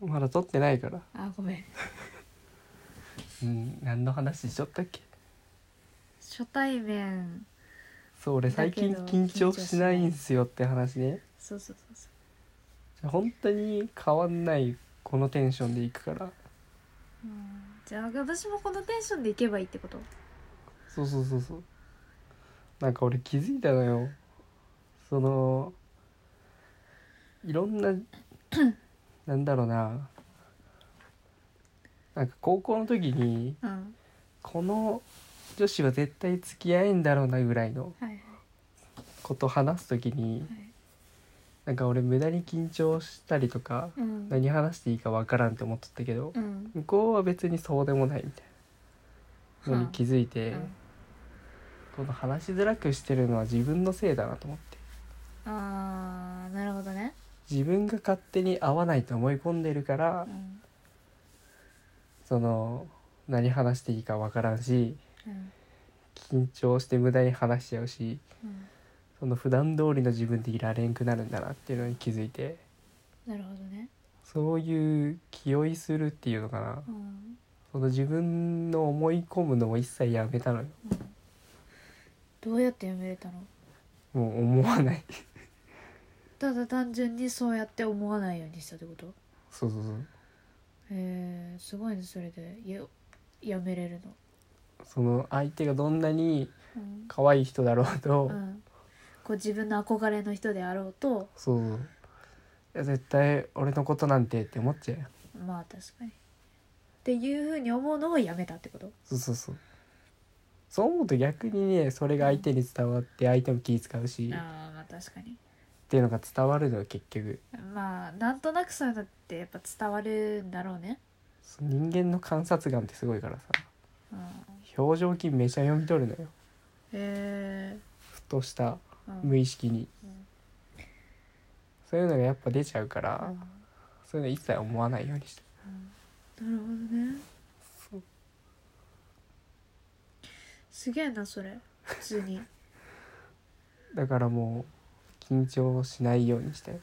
まだ撮ってないからあごめんうん何の話しちゃったっけ初対面そう俺最近だけど緊張しないんすよって話ねそうそうそうそうじゃあ本当に変わんないこのテンションでいくからうんじゃあ私もこのテンションでいけばいいってことそうそうそうそうなんか俺気づいたのよそのいろん ななんだろうななんか高校の時にうんこの女子は絶対付き合えんだろうなぐらいのはいはいこと話す時にはいなんか俺無駄に緊張したりとかうん何話していいかわからんって思っとったけどうん向こうは別にそうでもないみたいなのに気づいて、うんこの話しづらくしてるのは自分のせいだなと思ってあーなるほどね自分が勝手に合わないと思い込んでるからうんその何話していいかわからんしうん緊張して無駄に話しちゃうしうんその普段通りの自分でいられんくなるんだなっていうのに気づいてなるほどねそういう気負いするっていうのかなうんその自分の思い込むのを一切やめたのよどうやってやめれたのもう思わないただ単純にそうやって思わないようにしたってこと そうそうそうへえすごいねそれでややめれるのその相手がどんなにうん、可愛い人だろうと、うん、こう自分の憧れの人であろうとそうそういや絶対俺のことなんてって思っちゃうよまあ確かにっていうふうに思うのをやめたってことそうそうそうそう思うと逆にねそれが相手に伝わって相手も気使うし、っああまあ確かにていうのが伝わるのよ結局まあなんとなくそういうのってやっぱ伝わるんだろうねその人間の観察眼ってすごいからさうん表情筋めちゃ読み取るのよへえふとしたうん無意識に、うんそういうのがやっぱ出ちゃうかうら、んそういうの一切思わないようにしてなるほどねそうすげえなそれ普通にだからもう緊張しないようにして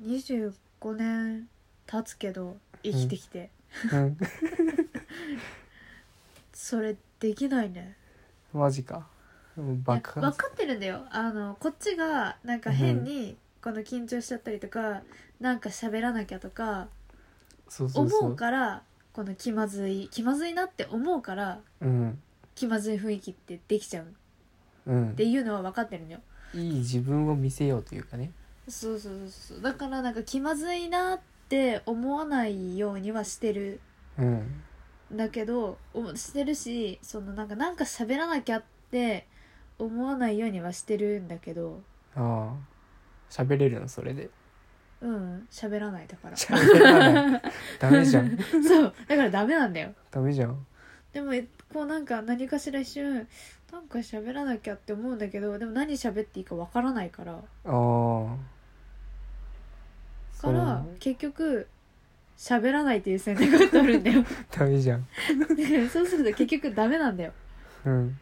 25年経つけど生きてきて、うん それできないねマジかもう分爆か発ってるんだよあのこっちがなんか変にこの緊張しちゃったりとか、なんか喋らなきゃとかそうそうそ思ううからこの気まずい気まずいなって思うからうん気まずい雰囲気ってできちゃううんっていうのは分かってるんだよいい自分を見せようというかねそうそうそうそうだからなんか気まずいなって思わないようにはしてるうんんだけどおしてるしそのなんかなんか喋らなきゃって思わないようにはしてるんだけどああ喋れるのそれで うん喋らないだ からそ喋らないダメじゃ んうだからダメなんだよダメじゃんでもえこうなんか何かしら一瞬なんか喋らなきゃって思うんだけどでも何喋っていいかわからないからああかそうら結局喋らないっていう選択を取るんだよ ダメじゃんでそうすると結局ダメなんだようん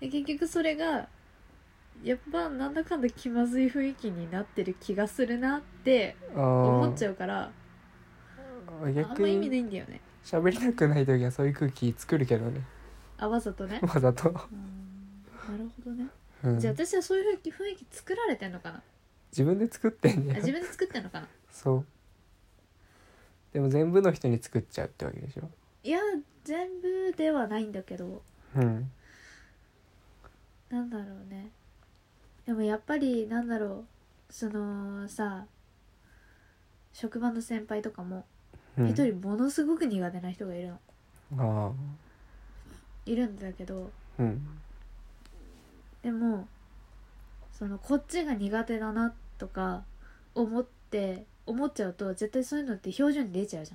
で結局それがやっぱなんだかんだ気まずい雰囲気になってる気がするなってああ思っちゃうからああん逆ま意味にないんだよね喋りたくない時はそういう空気作るけどねあわざと ねわざと、うんなるほどねうん、じゃあ私はそういう雰囲気雰囲気作られてんのかな自分で作ってんねあ自分で作ってんのかなそうでも全部の人に作っちゃうってわけでしょいや全部ではないんだけどうんなんだろうねでもやっぱりなんだろうそのさ職場の先輩とかもうん一人ものすごく苦手な人がいるあのいるんだけどあうんでもそのこっちが苦手だなとか思って思っちゃうと絶対そういうのって表情に出ちゃうじ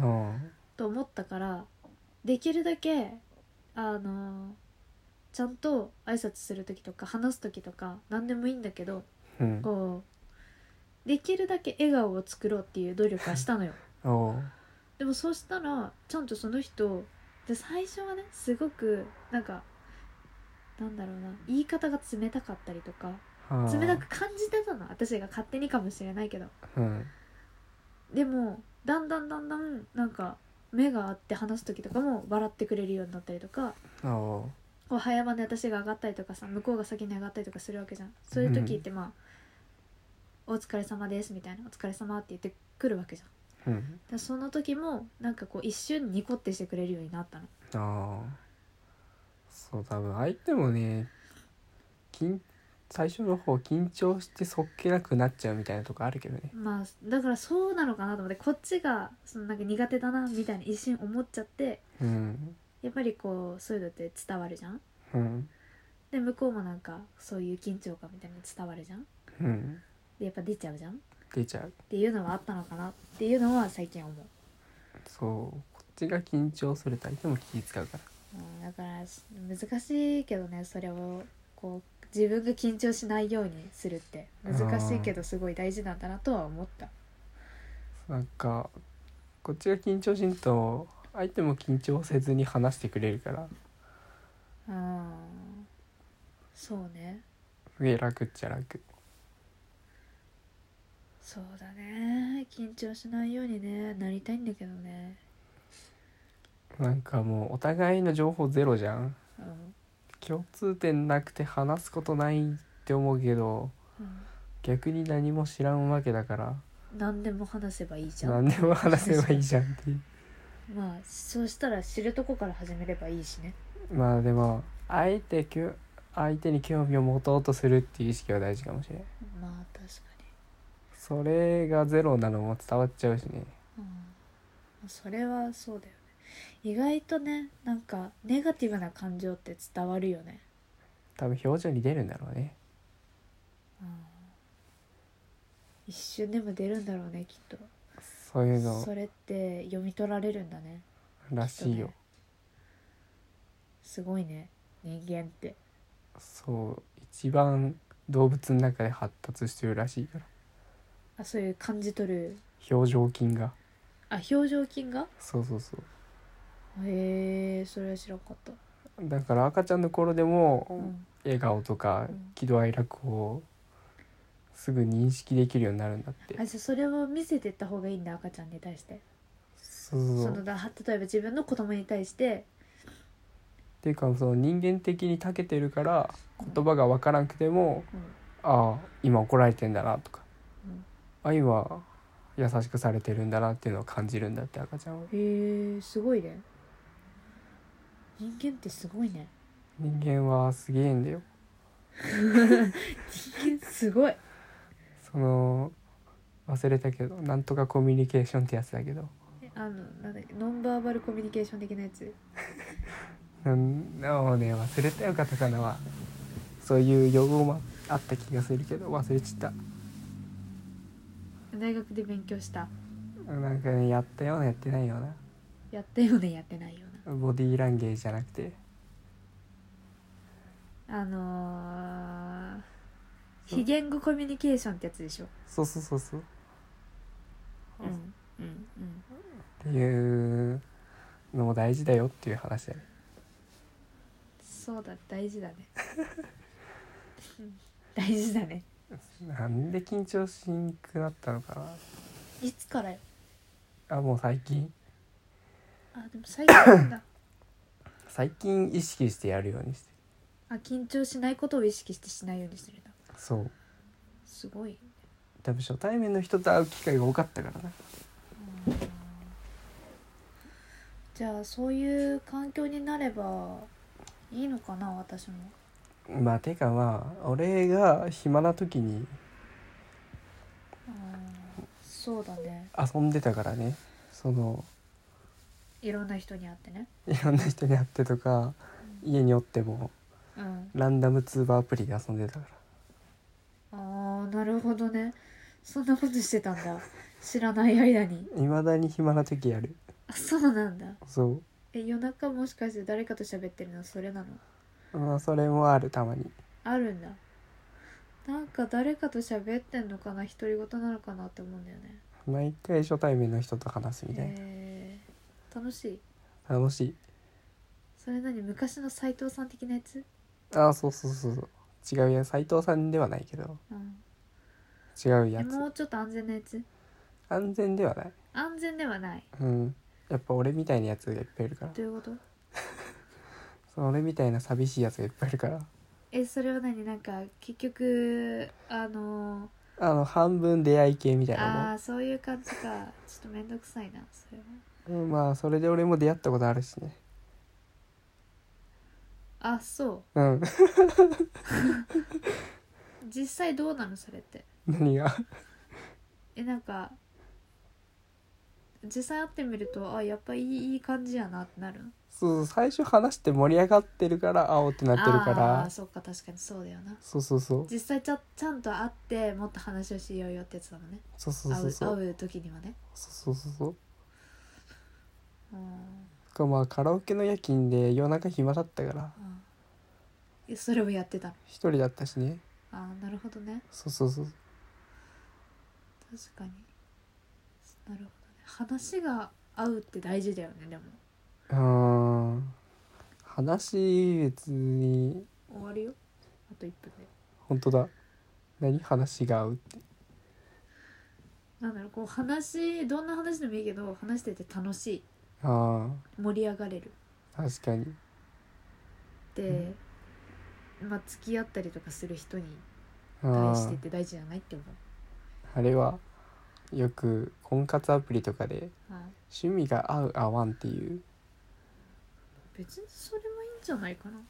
ゃんあと思ったからできるだけあのちゃんと挨拶する時とか話す時とか何でもいいんだけどあうんこうできるだけ笑顔を作ろうっていう努力はしたのよおうでもそうしたらちゃんとその人で最初はねすごくなんかなんだろうな言い方が冷たかったりとかああ冷たく感じてたの私が勝手にかもしれないけどうんでもだんだんだんだんなんか目が合って話す時とかも笑ってくれるようになったりとかああこう早場で私が上がったりとかさ向こうが先に上がったりとかするわけじゃんそういう時ってまあ「お疲れ様です」みたいな「お疲れ様って言ってくるわけじゃんだうんからその時もなんかこう一瞬ニコってしてくれるようになったのああそう多分相手もね緊最初の方緊張してそっけなくなっちゃうみたいなとこあるけどねまあだからそうなのかなと思ってこっちがそのなんか苦手だなみたいな一瞬思っちゃってうんやっぱりこうそういうのって伝わるじゃんうんで向こうもなんかそういう緊張感みたいなの伝わるじゃんうんでやっぱ出ちゃうじゃんっ出ちゃうていうのはあったのかなっていうのは最近思うそうこっちが緊張すると相手も気使うからうんだからし難しいけどねそれをこう自分が緊張しないようにするって難しいけどすごい大事なんだなとは思ったなんかこっちが緊張しんと相手も緊張せずに話してくれるからうんそうねすげえ楽っちゃ楽そうだね緊張しないようにねなりたいんだけどねなんかもうお互いの情報ゼロじゃんうん、共通点なくて話すことないって思うけどう逆に何も知らんわけだからん、何でも話せばいいじゃん何でも話せばいいじゃんって いうまあそうしたら知るとこから始めればいいしねまあでもあえてきゅ相手に興味を持とうとするっていう意識は大事かもしれないまあ確かそれがゼロなのも伝わっちゃうしねに、うん、それはそうだよね意外とねなんかネガティブな感情って伝わるよね、多分表情に出るんだろうねうん、一瞬でも出るんだろうねきっとそういうのそれって読み取られるんだねらしいよ、きっとねすごいね人間ってそう一番動物の中で発達してるらしいからあそういう感じ取る表情筋があ表情筋がそうそうそうへえそれは知らんかった、だから赤ちゃんの頃でも、うん、笑顔とかうん喜怒哀楽をすぐ認識できるようになるんだってあじゃあそれを見せてった方がいいんだ赤ちゃんに対してそうそうそそうのっだ例えば自分の子供に対してていうかその人間的に長けてるから言葉が分からなくてもうんああ今怒られてんだなとかうんあ今優しくされてるんだなっていうのを感じるんだって赤ちゃんはへえすごいね人間ってすごいね人間はすげえんだよ人間すごいその忘れたけどなんとかコミュニケーションってやつだけど あのなんだっけノンバーバルコミュニケーション的なやつなんもうね忘れたよカタカナはそういう用語もあった気がするけど忘れちった大学で勉強したなんかねやったようなやってないようやったようでやってないようなボディーランゲージじゃなくてなあのー、非言語コミュニケーションってやつでしょそうそうそうそううんうんうんっていうのも大事だよっていう話だねそうだ大事だ ねうん大事だねなんで緊張しんくなったのかいつからよなあもう最近あでも最近なんだ最近意識してやるようにしてあ緊張しないことを意識してしないようにするんだそうすごい多分初対面の人と会う機会が多かったからなじゃあそういう環境になればいいのかな私もまあてかまあ俺が暇な時にうんそうだね遊んでたからねそのいろんな人に会ってねいろんな人に会ってとか家におってもうんランダム通話アプリで遊んでたからああなるほどねそんなことしてたんだ知らない間にいまだに暇な時やるあそうなんだそえ夜中もしかして誰かと喋ってるのそれなのうまあそれもあるたまにあるんだなんか誰かと喋ってんのかな独り言なのかなって思うんだよね毎回初対面の人と話すみたいな、へー楽しい楽しいそれ何昔の斎藤さん的なやつ、あそうそうそうそう違うや斎藤さんではないけどうん、違うえやつもうちょっと安全なやつ安安全ではない安全ではないうんやっぱ俺みたいなやつがいっぱいいるからどういうことその俺みたいな寂しいやつがいっぱいいるからえそれは何なんか結局あのあの半分出会い系みたいあなあそういう感じかちょっと面倒くさいなそれはもんうんまあそれで俺も出会ったことあるしねあそうん う実際どうなのそれって何がえなんか実際会ってみるとあやっぱいいいい感じやなってなるのそうそう最初話して盛り上がってるから青ってなってるかあーらそっか確かにそうだよなそうそうそう実際ちゃちゃんと会ってもっと話をしようよってやつだもんねそうそうそうそう会う会う時にはねそうそうそうそううんかまあカラオケの夜勤で夜中暇だったからうんえそれをやってたの一人だったしねああなるほどねそうそうそう確かになるほどね話が合うって大事だよねでもうーん話別に終わるよあと1分で本当だ何話が合うってなんだろうこう話どんな話でもいいけど話してて楽しいあ盛り上がれるあ確かにで、まあ付き合ったりとかする人に対あしてっーて大事じゃないって思あれはよく婚活アプリとかでう、はい、趣味が合う合わんっていう別にそれもいいんじゃないかな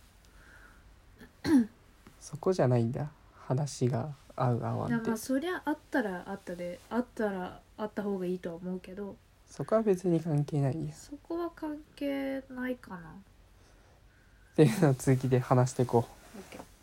そこじゃないんだ話が合う合わいやんってまあそりゃあったらあったであったらあった方がいいとは思うけどそこは別に関係ないんやそこは関係ないかなっていうのを続きで話していこう OK